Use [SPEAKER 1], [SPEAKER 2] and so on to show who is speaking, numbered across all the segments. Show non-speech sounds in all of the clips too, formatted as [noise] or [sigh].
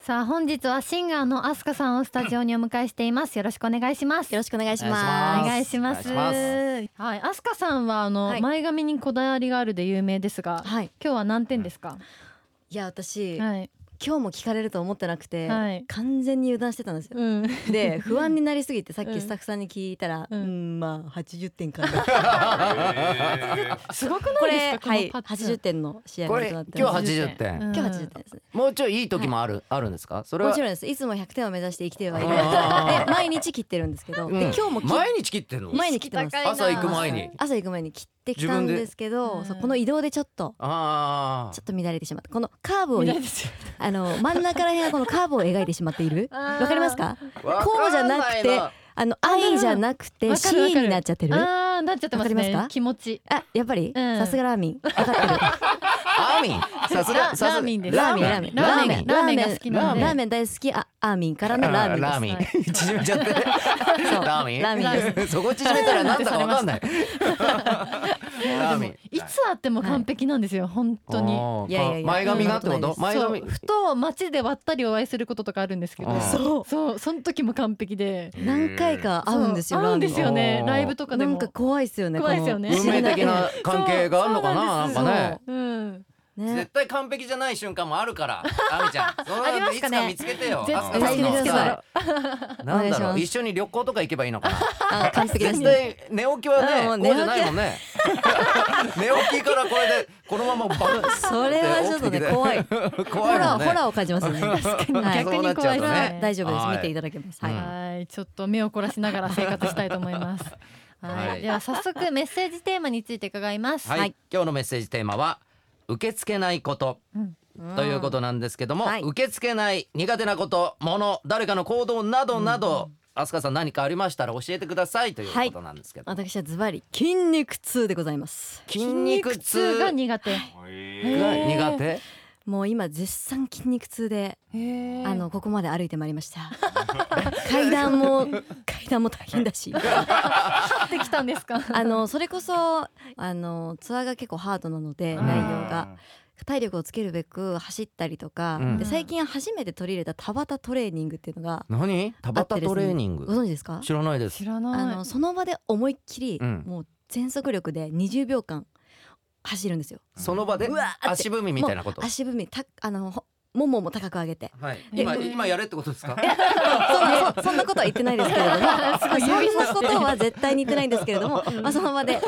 [SPEAKER 1] さあ本日はシンガーのアスカさんをスタジオにお迎えしていますよろしくお願いします
[SPEAKER 2] よろしくお願いしま
[SPEAKER 1] お
[SPEAKER 2] す
[SPEAKER 1] 願いしま
[SPEAKER 3] お
[SPEAKER 1] す
[SPEAKER 3] 願い
[SPEAKER 1] はい、アスカさんはあの、
[SPEAKER 2] はい
[SPEAKER 1] 前髪にこだわりがあるで有名ですが、
[SPEAKER 2] はい
[SPEAKER 1] 今日は何点ですか、
[SPEAKER 2] いや私、
[SPEAKER 1] はい、
[SPEAKER 2] 今日も聞かれると思ってなくて、
[SPEAKER 1] はい
[SPEAKER 2] 完全に油断してたん
[SPEAKER 1] [laughs]
[SPEAKER 2] ですよ、
[SPEAKER 1] うん、
[SPEAKER 2] で不安になりすぎてさっ
[SPEAKER 1] うん
[SPEAKER 2] きスタッフさんに聞いた
[SPEAKER 1] う
[SPEAKER 2] ら、うんん、まあ80点か
[SPEAKER 1] [laughs]
[SPEAKER 2] な
[SPEAKER 1] すごくな
[SPEAKER 2] [laughs] こ
[SPEAKER 1] いです
[SPEAKER 2] れ
[SPEAKER 1] かこ
[SPEAKER 2] はい
[SPEAKER 1] のパッチ
[SPEAKER 2] 80点の試合
[SPEAKER 3] こ
[SPEAKER 2] に
[SPEAKER 3] れ
[SPEAKER 2] なっ
[SPEAKER 3] 今
[SPEAKER 2] て
[SPEAKER 3] 日
[SPEAKER 2] ます
[SPEAKER 3] 80点、
[SPEAKER 1] うん
[SPEAKER 2] 今日80点ですね
[SPEAKER 3] もうちょいいい時もある、あるんですかそれは
[SPEAKER 2] もちろんですいつも100点を目指して生きてはいる
[SPEAKER 3] あー
[SPEAKER 2] で毎日切ってるんですけど、
[SPEAKER 3] うん
[SPEAKER 2] で今日も切っ
[SPEAKER 3] 毎日切ってんの
[SPEAKER 2] 毎日切ってます
[SPEAKER 3] 朝行く前に
[SPEAKER 2] 朝行く前に切ってきたんですけど
[SPEAKER 1] 自分で
[SPEAKER 2] そうこの移動でちょっと
[SPEAKER 3] あ
[SPEAKER 2] ちょ
[SPEAKER 3] あ
[SPEAKER 2] っと乱れてしまったこのカーブを
[SPEAKER 1] 見ないですよ
[SPEAKER 2] あの真ん中らへんはこのカーブを描いてしまっている
[SPEAKER 1] あー
[SPEAKER 2] わかりますか
[SPEAKER 3] わ
[SPEAKER 2] こうじ
[SPEAKER 3] か
[SPEAKER 2] ゃ
[SPEAKER 3] ん
[SPEAKER 2] なくて
[SPEAKER 3] な
[SPEAKER 2] あの I じゃなくて
[SPEAKER 1] わかるわ
[SPEAKER 2] C
[SPEAKER 1] かる
[SPEAKER 2] になっちゃってるあ
[SPEAKER 1] あーなっちゃってます
[SPEAKER 2] わかりま
[SPEAKER 1] ね
[SPEAKER 2] すか
[SPEAKER 1] 気持ち
[SPEAKER 2] やっぱり
[SPEAKER 1] うん
[SPEAKER 2] さすがラ
[SPEAKER 1] [laughs]
[SPEAKER 2] ーメンわかって
[SPEAKER 3] アーミンさす
[SPEAKER 1] ラ
[SPEAKER 3] がさすが
[SPEAKER 1] ラーメンです
[SPEAKER 2] るラーメンラーメン
[SPEAKER 1] ラ
[SPEAKER 2] ラ
[SPEAKER 1] ー
[SPEAKER 2] ー
[SPEAKER 1] メ
[SPEAKER 2] メ
[SPEAKER 1] ン
[SPEAKER 2] ン
[SPEAKER 1] ラーメンが好きなんで
[SPEAKER 2] ラーメン大好きあアーミンからのラーメンです
[SPEAKER 3] ラーメン
[SPEAKER 1] は
[SPEAKER 3] 縮めちゃって
[SPEAKER 2] そう
[SPEAKER 3] ラーメン
[SPEAKER 2] ラーメン
[SPEAKER 3] ンそこ縮めたらなんだかわか
[SPEAKER 2] [laughs]
[SPEAKER 3] んないラーメン
[SPEAKER 1] いつあっても完璧なんですよ、本当に
[SPEAKER 3] あー
[SPEAKER 2] いやいやいや
[SPEAKER 3] 前髪がって
[SPEAKER 2] そ
[SPEAKER 3] こと
[SPEAKER 2] んな
[SPEAKER 3] 前
[SPEAKER 1] そう
[SPEAKER 3] 髪
[SPEAKER 1] ふと街で割ったりお会いすることとかあるんですけど
[SPEAKER 3] あー
[SPEAKER 2] そう
[SPEAKER 1] そうその時も完璧で
[SPEAKER 2] 何回か会うんですよ
[SPEAKER 1] そう合
[SPEAKER 2] ラ
[SPEAKER 1] う
[SPEAKER 2] ー
[SPEAKER 1] ん
[SPEAKER 2] メ
[SPEAKER 1] で
[SPEAKER 2] ン
[SPEAKER 1] すよね
[SPEAKER 3] あー
[SPEAKER 1] ライブとかで
[SPEAKER 2] な
[SPEAKER 1] も
[SPEAKER 2] んか怖いですよね
[SPEAKER 1] 怖いですよね
[SPEAKER 2] この
[SPEAKER 3] 運命的な
[SPEAKER 1] そう
[SPEAKER 3] 関係があるのかな
[SPEAKER 1] そう
[SPEAKER 3] なん
[SPEAKER 1] んです
[SPEAKER 3] かね
[SPEAKER 1] うん
[SPEAKER 2] ね
[SPEAKER 4] 絶対完璧じゃない瞬間もあるから、アミち
[SPEAKER 2] [laughs]
[SPEAKER 4] ゃん。そんな
[SPEAKER 1] ありま
[SPEAKER 4] の
[SPEAKER 1] す
[SPEAKER 4] い
[SPEAKER 1] か
[SPEAKER 4] つ
[SPEAKER 1] ね
[SPEAKER 4] か見つけてよ。
[SPEAKER 1] 絶
[SPEAKER 4] あ
[SPEAKER 1] 対
[SPEAKER 3] さ
[SPEAKER 2] 見つけ
[SPEAKER 3] さなん
[SPEAKER 2] お願い
[SPEAKER 3] だ
[SPEAKER 2] し
[SPEAKER 3] ろ
[SPEAKER 2] ま
[SPEAKER 3] う
[SPEAKER 2] す
[SPEAKER 3] 一緒に旅行とか行けばいいのか
[SPEAKER 2] [laughs]
[SPEAKER 3] な
[SPEAKER 2] あ完璧です
[SPEAKER 3] 絶
[SPEAKER 2] ね
[SPEAKER 3] 対寝起きは
[SPEAKER 2] あもう
[SPEAKER 3] ね
[SPEAKER 2] 寝起
[SPEAKER 3] こ
[SPEAKER 2] き
[SPEAKER 3] うじゃないもんね [laughs] 寝起きからこれでこのままバン
[SPEAKER 2] [laughs] それはちょっとね
[SPEAKER 3] で
[SPEAKER 2] 怖いホ
[SPEAKER 3] [laughs] 怖いも
[SPEAKER 2] ラ
[SPEAKER 3] ん
[SPEAKER 2] ー
[SPEAKER 3] ね
[SPEAKER 2] ホラーを感じますよね
[SPEAKER 3] [laughs]
[SPEAKER 2] はい
[SPEAKER 1] 逆に怖いですね
[SPEAKER 2] 大丈夫です
[SPEAKER 3] はい
[SPEAKER 2] 見ていただけます
[SPEAKER 3] う
[SPEAKER 2] はい
[SPEAKER 3] ん
[SPEAKER 1] はい、ちょっと目を凝らしながら生活したいと思い
[SPEAKER 3] [laughs]
[SPEAKER 1] ます。はい、
[SPEAKER 3] はい
[SPEAKER 1] では早速メッセージテーマについて伺います。
[SPEAKER 3] はい、今日のメッセージテーマは受け付けないことということなんですけども、
[SPEAKER 2] はい
[SPEAKER 3] 受け付けない苦手なこともの誰かの行動などなど、飛鳥さん何かありましたら教えてくださいということなんですけど、
[SPEAKER 2] 私はズバリ筋肉痛でございます
[SPEAKER 3] 筋肉痛
[SPEAKER 1] 痛
[SPEAKER 3] が
[SPEAKER 1] が苦手。
[SPEAKER 3] 苦手
[SPEAKER 2] もう今絶賛筋肉痛であのここまで歩いてまいりました
[SPEAKER 3] [laughs]
[SPEAKER 2] 階段も階段も大変だし
[SPEAKER 1] 買ってきたんですか。
[SPEAKER 2] あのそれこそあのツアーが結構ハードなので
[SPEAKER 3] う
[SPEAKER 2] 内
[SPEAKER 3] ん
[SPEAKER 2] 容が体力をつけるべく走ったりとか、
[SPEAKER 3] うん
[SPEAKER 2] で最近初めて取り入れた田端トレーニングっていうのが
[SPEAKER 3] 何タバタトレーニン
[SPEAKER 2] ご
[SPEAKER 3] グ、
[SPEAKER 2] 存知ですか
[SPEAKER 3] [laughs] 知らないです
[SPEAKER 1] 知ら
[SPEAKER 2] あ
[SPEAKER 1] な
[SPEAKER 2] のその場で思いっきり、
[SPEAKER 3] うん
[SPEAKER 2] もう全速力で20秒間走るんですよ
[SPEAKER 3] その場で
[SPEAKER 2] うわーって
[SPEAKER 3] 足踏みみたいなこと
[SPEAKER 2] 足踏みたあのほももも高く上げて
[SPEAKER 3] はい、
[SPEAKER 1] で
[SPEAKER 3] 今今やれってことですか
[SPEAKER 2] そそそんなことは言ってないですけれども
[SPEAKER 3] [laughs]
[SPEAKER 2] そんなことは絶対に言ってないんですけれども、まあ、その場でで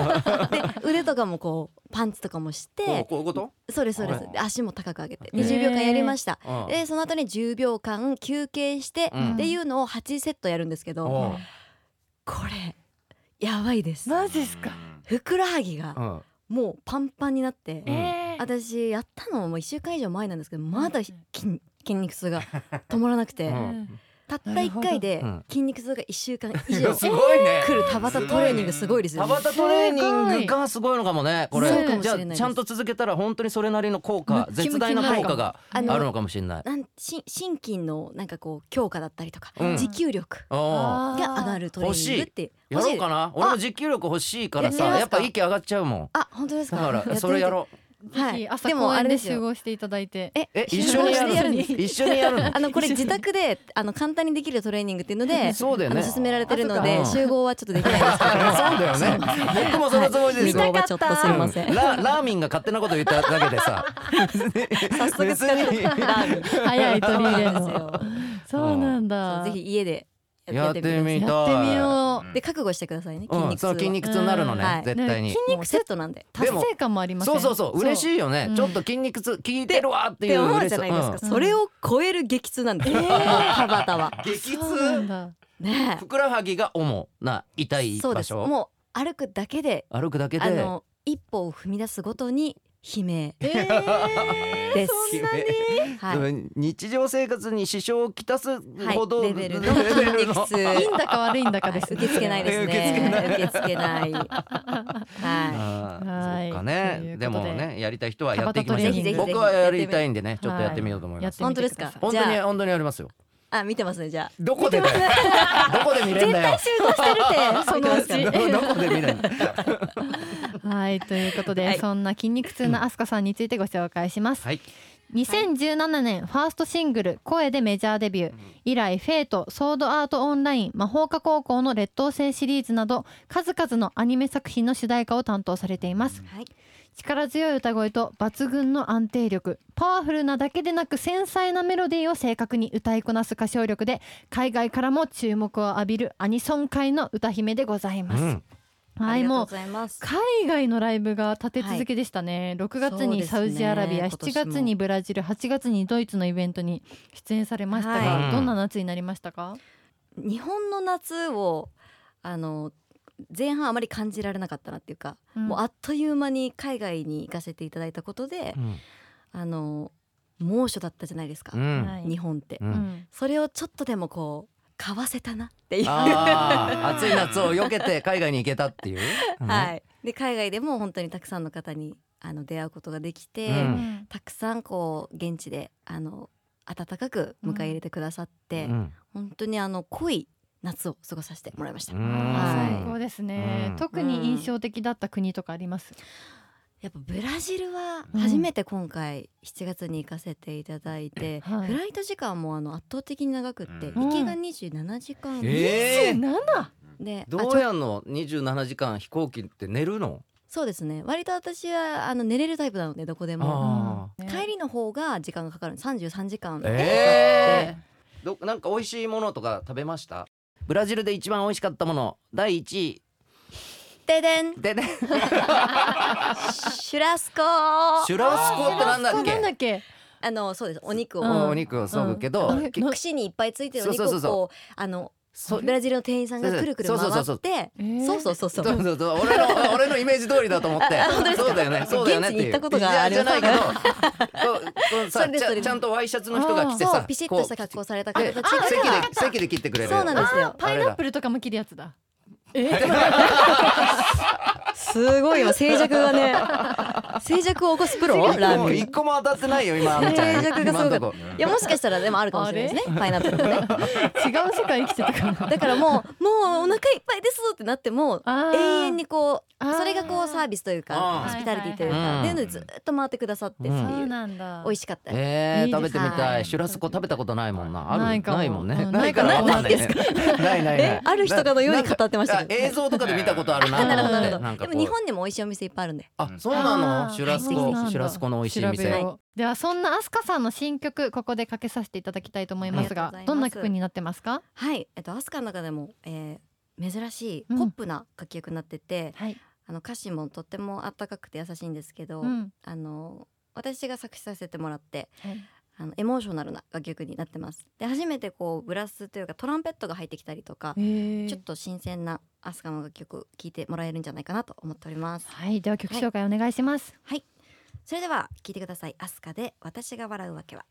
[SPEAKER 2] 腕とかもこうパンツとかもし
[SPEAKER 3] こう
[SPEAKER 2] て
[SPEAKER 3] こういうこと、
[SPEAKER 2] そうですそうで
[SPEAKER 3] は
[SPEAKER 2] す
[SPEAKER 3] い
[SPEAKER 2] で足も高く上げて
[SPEAKER 3] へー
[SPEAKER 2] 20秒間やりました
[SPEAKER 3] うん
[SPEAKER 2] でその後に10秒間休憩して
[SPEAKER 3] うん
[SPEAKER 2] っていうのを8セットやるんですけ
[SPEAKER 3] お
[SPEAKER 2] ど
[SPEAKER 3] う
[SPEAKER 1] い。
[SPEAKER 2] これやばいです
[SPEAKER 1] マジですか。
[SPEAKER 2] ふくらはぎが
[SPEAKER 3] うん
[SPEAKER 2] もうパンパンになって
[SPEAKER 3] うん
[SPEAKER 1] えー
[SPEAKER 2] 私やったのも1週間以上前なんですけどまだひ筋筋肉痛が止まらなくて
[SPEAKER 1] う
[SPEAKER 3] う
[SPEAKER 1] んん
[SPEAKER 2] たった1回で
[SPEAKER 3] うん
[SPEAKER 2] 筋肉痛が1週間以
[SPEAKER 3] い [laughs]
[SPEAKER 2] 上
[SPEAKER 3] やすごいね、
[SPEAKER 2] 来る田端トレーニングすごいですよ
[SPEAKER 3] タ
[SPEAKER 2] ね
[SPEAKER 3] バタトレーニングがすごいのかもねこれ
[SPEAKER 1] そうかもし
[SPEAKER 3] じゃ
[SPEAKER 2] れない
[SPEAKER 3] あ
[SPEAKER 2] です
[SPEAKER 3] ちゃんと続けたら本当にそれなりの効
[SPEAKER 1] ムッ
[SPEAKER 3] 果
[SPEAKER 1] キムキ
[SPEAKER 3] 絶大な効果があ
[SPEAKER 2] あ
[SPEAKER 3] る
[SPEAKER 2] の
[SPEAKER 3] のかもしれない。
[SPEAKER 2] なんし心筋のなんかこう強化だったりとか、
[SPEAKER 3] うん
[SPEAKER 2] 持久力
[SPEAKER 3] おー
[SPEAKER 1] あー
[SPEAKER 2] が上がるトレーニングって
[SPEAKER 3] やろうか
[SPEAKER 2] な
[SPEAKER 3] な俺も持久力欲しいからさ
[SPEAKER 2] やってみま
[SPEAKER 3] やっ
[SPEAKER 2] すか
[SPEAKER 3] ぱ息上がっちゃうもん
[SPEAKER 2] あ本当です
[SPEAKER 3] だ
[SPEAKER 2] か
[SPEAKER 3] からそれやろ
[SPEAKER 1] ぜ
[SPEAKER 2] は
[SPEAKER 1] ひ
[SPEAKER 2] い
[SPEAKER 1] 朝
[SPEAKER 2] でも
[SPEAKER 1] 公
[SPEAKER 2] あ
[SPEAKER 1] 園
[SPEAKER 2] れ
[SPEAKER 1] で
[SPEAKER 2] ですよ
[SPEAKER 1] 集合していただい
[SPEAKER 2] [laughs]
[SPEAKER 1] て。
[SPEAKER 2] う
[SPEAKER 3] うえ
[SPEAKER 2] え
[SPEAKER 3] 一緒に
[SPEAKER 2] 集合
[SPEAKER 3] や
[SPEAKER 2] してや
[SPEAKER 3] る
[SPEAKER 2] る
[SPEAKER 3] の
[SPEAKER 2] の
[SPEAKER 3] 一緒にやるの
[SPEAKER 2] あのこれ自宅であの簡単にできるトレーニングっていうので
[SPEAKER 3] [laughs] そうだよね
[SPEAKER 2] あの勧められてるの
[SPEAKER 3] あ
[SPEAKER 2] で
[SPEAKER 3] そっか
[SPEAKER 2] 集合はちょっとできないですけど
[SPEAKER 3] [laughs] そうだよね僕もそのつもりですよ、
[SPEAKER 2] はい見たかった集合はちょっと [laughs] すいません
[SPEAKER 3] うんララーメンが勝手なこと言っただけでさ
[SPEAKER 2] [laughs] 早速使って
[SPEAKER 3] 別に
[SPEAKER 2] ラーメ
[SPEAKER 3] [laughs]
[SPEAKER 2] ン
[SPEAKER 1] 早い取り入れ
[SPEAKER 2] そう
[SPEAKER 1] の。そうなんだ。
[SPEAKER 2] ぜひ家で
[SPEAKER 3] やってみ
[SPEAKER 2] くだ
[SPEAKER 3] た
[SPEAKER 1] やってみよ
[SPEAKER 2] さいで覚悟してくださいね筋
[SPEAKER 3] うん
[SPEAKER 2] 肉痛
[SPEAKER 3] そ
[SPEAKER 2] は
[SPEAKER 3] う筋肉痛になるのね、
[SPEAKER 2] うんはい
[SPEAKER 3] 絶対に、
[SPEAKER 1] ね
[SPEAKER 2] もうセットなんで
[SPEAKER 1] う。達成感もあります
[SPEAKER 3] そうそうそう嬉しいよね、
[SPEAKER 1] うん
[SPEAKER 3] ちょっと筋肉痛効いてるわって
[SPEAKER 2] っ
[SPEAKER 3] い
[SPEAKER 2] て
[SPEAKER 3] う
[SPEAKER 2] 思
[SPEAKER 3] 嬉
[SPEAKER 2] う
[SPEAKER 3] し
[SPEAKER 2] じ
[SPEAKER 3] さ
[SPEAKER 2] ゃないですか、
[SPEAKER 1] うん
[SPEAKER 2] それを超える激痛なんです、よ [laughs] 田端は
[SPEAKER 3] 激
[SPEAKER 1] そうなん
[SPEAKER 3] 痛
[SPEAKER 1] だ。
[SPEAKER 2] ね
[SPEAKER 3] ふくらはぎが主な痛
[SPEAKER 2] え
[SPEAKER 3] い
[SPEAKER 2] そう
[SPEAKER 3] 場
[SPEAKER 2] です
[SPEAKER 3] 所
[SPEAKER 2] もう歩くだけで
[SPEAKER 3] 歩くだけで
[SPEAKER 2] あの一歩を踏み出すごとに悲鳴
[SPEAKER 1] え
[SPEAKER 2] [laughs]
[SPEAKER 1] ー
[SPEAKER 2] です
[SPEAKER 3] そんなに
[SPEAKER 2] はい
[SPEAKER 3] 日常生活に支障をきたすほど、
[SPEAKER 2] はいレベルの
[SPEAKER 3] レベル
[SPEAKER 2] 筋肉痛
[SPEAKER 1] いいん [laughs] だか悪いんだかです、
[SPEAKER 2] 受け付けないですね受け付けないは
[SPEAKER 3] あ
[SPEAKER 1] は
[SPEAKER 3] ー
[SPEAKER 1] い
[SPEAKER 3] そっ
[SPEAKER 1] というこ
[SPEAKER 3] か
[SPEAKER 1] とで
[SPEAKER 3] ねでもねやりたい人はやっていきまし
[SPEAKER 1] タ
[SPEAKER 3] ょ
[SPEAKER 1] バタトレーニング
[SPEAKER 3] う僕はやりたいんでねちょっとやってみようと思います、
[SPEAKER 2] い本当ですか
[SPEAKER 3] 本
[SPEAKER 2] じ
[SPEAKER 3] 当に
[SPEAKER 2] ゃあ
[SPEAKER 3] 本当にやりますよ
[SPEAKER 2] あ見てますねじゃあ
[SPEAKER 3] どこでだよどこで見れん
[SPEAKER 2] 絶
[SPEAKER 3] [laughs] だ
[SPEAKER 2] 対
[SPEAKER 3] よ
[SPEAKER 2] 集合してるって
[SPEAKER 1] そのうち
[SPEAKER 2] 見てますか
[SPEAKER 3] どどこで見れんだよ
[SPEAKER 1] はいということで、
[SPEAKER 2] はい
[SPEAKER 1] そんな筋肉痛のアスカさんについてご紹介します、
[SPEAKER 3] はい
[SPEAKER 1] 2017年ファーストシングル「声」でメジャーデビュー以来「フェイト」「ソードアート・オンライン」「魔法科高校の劣等生」シリーズなど数々のアニメ作品の主題歌を担当されています
[SPEAKER 2] はい、
[SPEAKER 1] 力強い歌声と抜群の安定力パワフルなだけでなく繊細なメロディーを正確に歌いこなす歌唱力で海外からも注目を浴びるアニソン界の歌姫でございます、
[SPEAKER 3] うん
[SPEAKER 2] あ
[SPEAKER 1] はい
[SPEAKER 2] りがとう
[SPEAKER 1] もう
[SPEAKER 2] ございます。
[SPEAKER 1] 海外のライブが立て続けでしたね、6月
[SPEAKER 2] そう
[SPEAKER 1] に
[SPEAKER 2] です
[SPEAKER 1] サ
[SPEAKER 2] ね
[SPEAKER 1] ウジアラビア、
[SPEAKER 2] 今
[SPEAKER 1] 7
[SPEAKER 2] 年も
[SPEAKER 1] 月にブラジル8月にドイツのイベントに出演されましたが、
[SPEAKER 3] はい
[SPEAKER 1] どんな夏になりましたか、
[SPEAKER 2] 日本の夏をあの前半あまり感じられなかったなっていうか、もうあっという間に海外に行かせていただいたことで、あの猛暑だったじゃないですか、
[SPEAKER 3] うん
[SPEAKER 1] はい
[SPEAKER 2] 日本って、
[SPEAKER 3] うん
[SPEAKER 2] それをちょっとでもこうかわせたなっていう [laughs]
[SPEAKER 3] ああ暑い夏を避けて海外に行けたっていう。。
[SPEAKER 2] はいい、で海外でも本当にたくさんの方にあの出会うことができて、
[SPEAKER 3] うん
[SPEAKER 2] たくさんこう現地であの温かく迎え入れてくださって、
[SPEAKER 3] うん
[SPEAKER 2] 本当にあの濃い夏を過ごさせてもらいました、
[SPEAKER 3] うん
[SPEAKER 1] あー最高ですね、
[SPEAKER 3] うん
[SPEAKER 1] 特に印象的だった国とかあります、
[SPEAKER 2] やっぱブラジルは初めて今回7月に行かせていただいて、
[SPEAKER 1] はい
[SPEAKER 2] フライト時間もあの圧倒的に長くって、
[SPEAKER 4] うん
[SPEAKER 2] 行きが27時間、
[SPEAKER 3] えー、
[SPEAKER 1] 7
[SPEAKER 2] であ
[SPEAKER 3] ど
[SPEAKER 2] ち
[SPEAKER 3] う
[SPEAKER 2] ょ
[SPEAKER 3] やんの27時間飛行機って寝るの
[SPEAKER 2] そうですね割と私はあの寝れるタイプなのでどこでも
[SPEAKER 3] あ
[SPEAKER 1] うんね
[SPEAKER 2] 帰りの方が時間がかかる33時間
[SPEAKER 3] えー、どなんか美味しいものとか食べましたブラジルで一番美味しかったもの第一位
[SPEAKER 2] ででん
[SPEAKER 3] でね
[SPEAKER 2] シュラスコあ
[SPEAKER 3] シュラスコってなんだっ
[SPEAKER 1] なんだ
[SPEAKER 3] け
[SPEAKER 1] っけ
[SPEAKER 2] のそうですお肉を、
[SPEAKER 1] うん
[SPEAKER 3] お肉をそぐけど、
[SPEAKER 1] うん
[SPEAKER 2] き串にいっぱいついてるお肉をこう
[SPEAKER 3] そうそうそうそ
[SPEAKER 2] あの
[SPEAKER 3] そ
[SPEAKER 2] ブラジルの店員さんがくるくる
[SPEAKER 3] そうそうそ
[SPEAKER 2] 回
[SPEAKER 3] うそう
[SPEAKER 2] って
[SPEAKER 1] えー
[SPEAKER 2] そうそうそうそ
[SPEAKER 3] そううそうそう俺の俺のイメージ通りだと思っ
[SPEAKER 2] [laughs]
[SPEAKER 3] て
[SPEAKER 2] あ本当ですか
[SPEAKER 3] そうだよねそうだよねってい
[SPEAKER 2] 現
[SPEAKER 3] う
[SPEAKER 2] 地に行ったことがあり
[SPEAKER 3] じゃ
[SPEAKER 2] ま
[SPEAKER 3] じ
[SPEAKER 2] せ
[SPEAKER 3] ゃ
[SPEAKER 2] ん [laughs]
[SPEAKER 3] ないけどこうこう
[SPEAKER 2] そ
[SPEAKER 3] さ
[SPEAKER 2] れですそ
[SPEAKER 3] ちゃ
[SPEAKER 2] れです
[SPEAKER 3] ちゃんとワイシャツの人が着て
[SPEAKER 2] そ
[SPEAKER 3] さ
[SPEAKER 2] うピシッとした格好された方たちが
[SPEAKER 3] で席で席で切ってくれる
[SPEAKER 2] そうなんです
[SPEAKER 3] [laughs]
[SPEAKER 2] よ
[SPEAKER 1] パイナップルとかも切るやつだ
[SPEAKER 2] すごいよ静寂がね静寂を起こすプロ
[SPEAKER 3] [laughs]
[SPEAKER 2] ラー
[SPEAKER 3] もう
[SPEAKER 2] メン
[SPEAKER 3] 一個も当たってないよ今あの
[SPEAKER 2] [laughs]
[SPEAKER 3] ちゃん
[SPEAKER 2] 静寂がすごか
[SPEAKER 3] 今
[SPEAKER 2] っ
[SPEAKER 3] ん
[SPEAKER 2] た
[SPEAKER 3] とこ
[SPEAKER 2] いやもしかしたらでもあるかもしれないですねパイナップルもね
[SPEAKER 3] [laughs]
[SPEAKER 1] 違う世界生きてた
[SPEAKER 2] [laughs]
[SPEAKER 1] から
[SPEAKER 2] だからもうもうお腹いっぱいですってなっても
[SPEAKER 1] あー
[SPEAKER 2] 永遠にこ
[SPEAKER 1] あ
[SPEAKER 2] う
[SPEAKER 1] ー
[SPEAKER 2] それがこうサービスという
[SPEAKER 3] あ
[SPEAKER 2] か
[SPEAKER 3] ー
[SPEAKER 2] ホスピタリティという
[SPEAKER 3] はい
[SPEAKER 2] か
[SPEAKER 3] はいはい
[SPEAKER 2] っていうのでずっと回ってくださってって
[SPEAKER 3] うん
[SPEAKER 1] そう
[SPEAKER 2] いう
[SPEAKER 1] なんだ
[SPEAKER 2] 美味しかったです
[SPEAKER 3] え
[SPEAKER 1] い
[SPEAKER 3] ー、
[SPEAKER 1] いです
[SPEAKER 3] 食
[SPEAKER 1] ね
[SPEAKER 3] べてみたいシュラスコ食べたことないもんなある
[SPEAKER 1] な
[SPEAKER 3] ないい
[SPEAKER 1] かも
[SPEAKER 3] もんね
[SPEAKER 1] うん
[SPEAKER 3] ないから
[SPEAKER 2] ないかも
[SPEAKER 3] わんないね [laughs] ないないない
[SPEAKER 2] えある人かのように語ってましたけ
[SPEAKER 3] なん
[SPEAKER 2] ど
[SPEAKER 3] かいや映像とかで見たことあるな
[SPEAKER 2] あなるほどなる
[SPEAKER 3] と
[SPEAKER 2] ほ
[SPEAKER 3] 思って
[SPEAKER 2] どで
[SPEAKER 3] こう
[SPEAKER 2] も日本にも美味しいお店いっぱいあるんで
[SPEAKER 3] あそうな
[SPEAKER 1] あ
[SPEAKER 3] の
[SPEAKER 1] ー
[SPEAKER 3] シュラス
[SPEAKER 1] そうなん
[SPEAKER 3] コ
[SPEAKER 1] だ
[SPEAKER 3] シュラスコの美味しい
[SPEAKER 1] 調べ
[SPEAKER 3] 店
[SPEAKER 1] ようではそんなアスカさんの新曲ここでかけさせていただきたいと思いますが
[SPEAKER 2] ありがと
[SPEAKER 1] ど
[SPEAKER 2] うんござい
[SPEAKER 1] な
[SPEAKER 2] ます
[SPEAKER 1] 曲になってますか
[SPEAKER 2] はいえっとアスカの中でもえー珍しい
[SPEAKER 1] うん
[SPEAKER 2] ポップな楽曲になってて
[SPEAKER 1] はい、
[SPEAKER 2] あの歌詞もとってもあったかくて優しいんですけど
[SPEAKER 1] うん
[SPEAKER 2] あの私が作詞させてもらって
[SPEAKER 1] はい
[SPEAKER 2] あのエモーショナルな楽曲になってますで初めてこうブラスというかトランペットが入ってきたりとかちょっと新鮮なアスカの楽曲聴いてもらえるんじゃないかなと思っております
[SPEAKER 1] はい、では曲紹介お願いします、
[SPEAKER 2] それでは聴いてくださいアスカで私が笑うわけは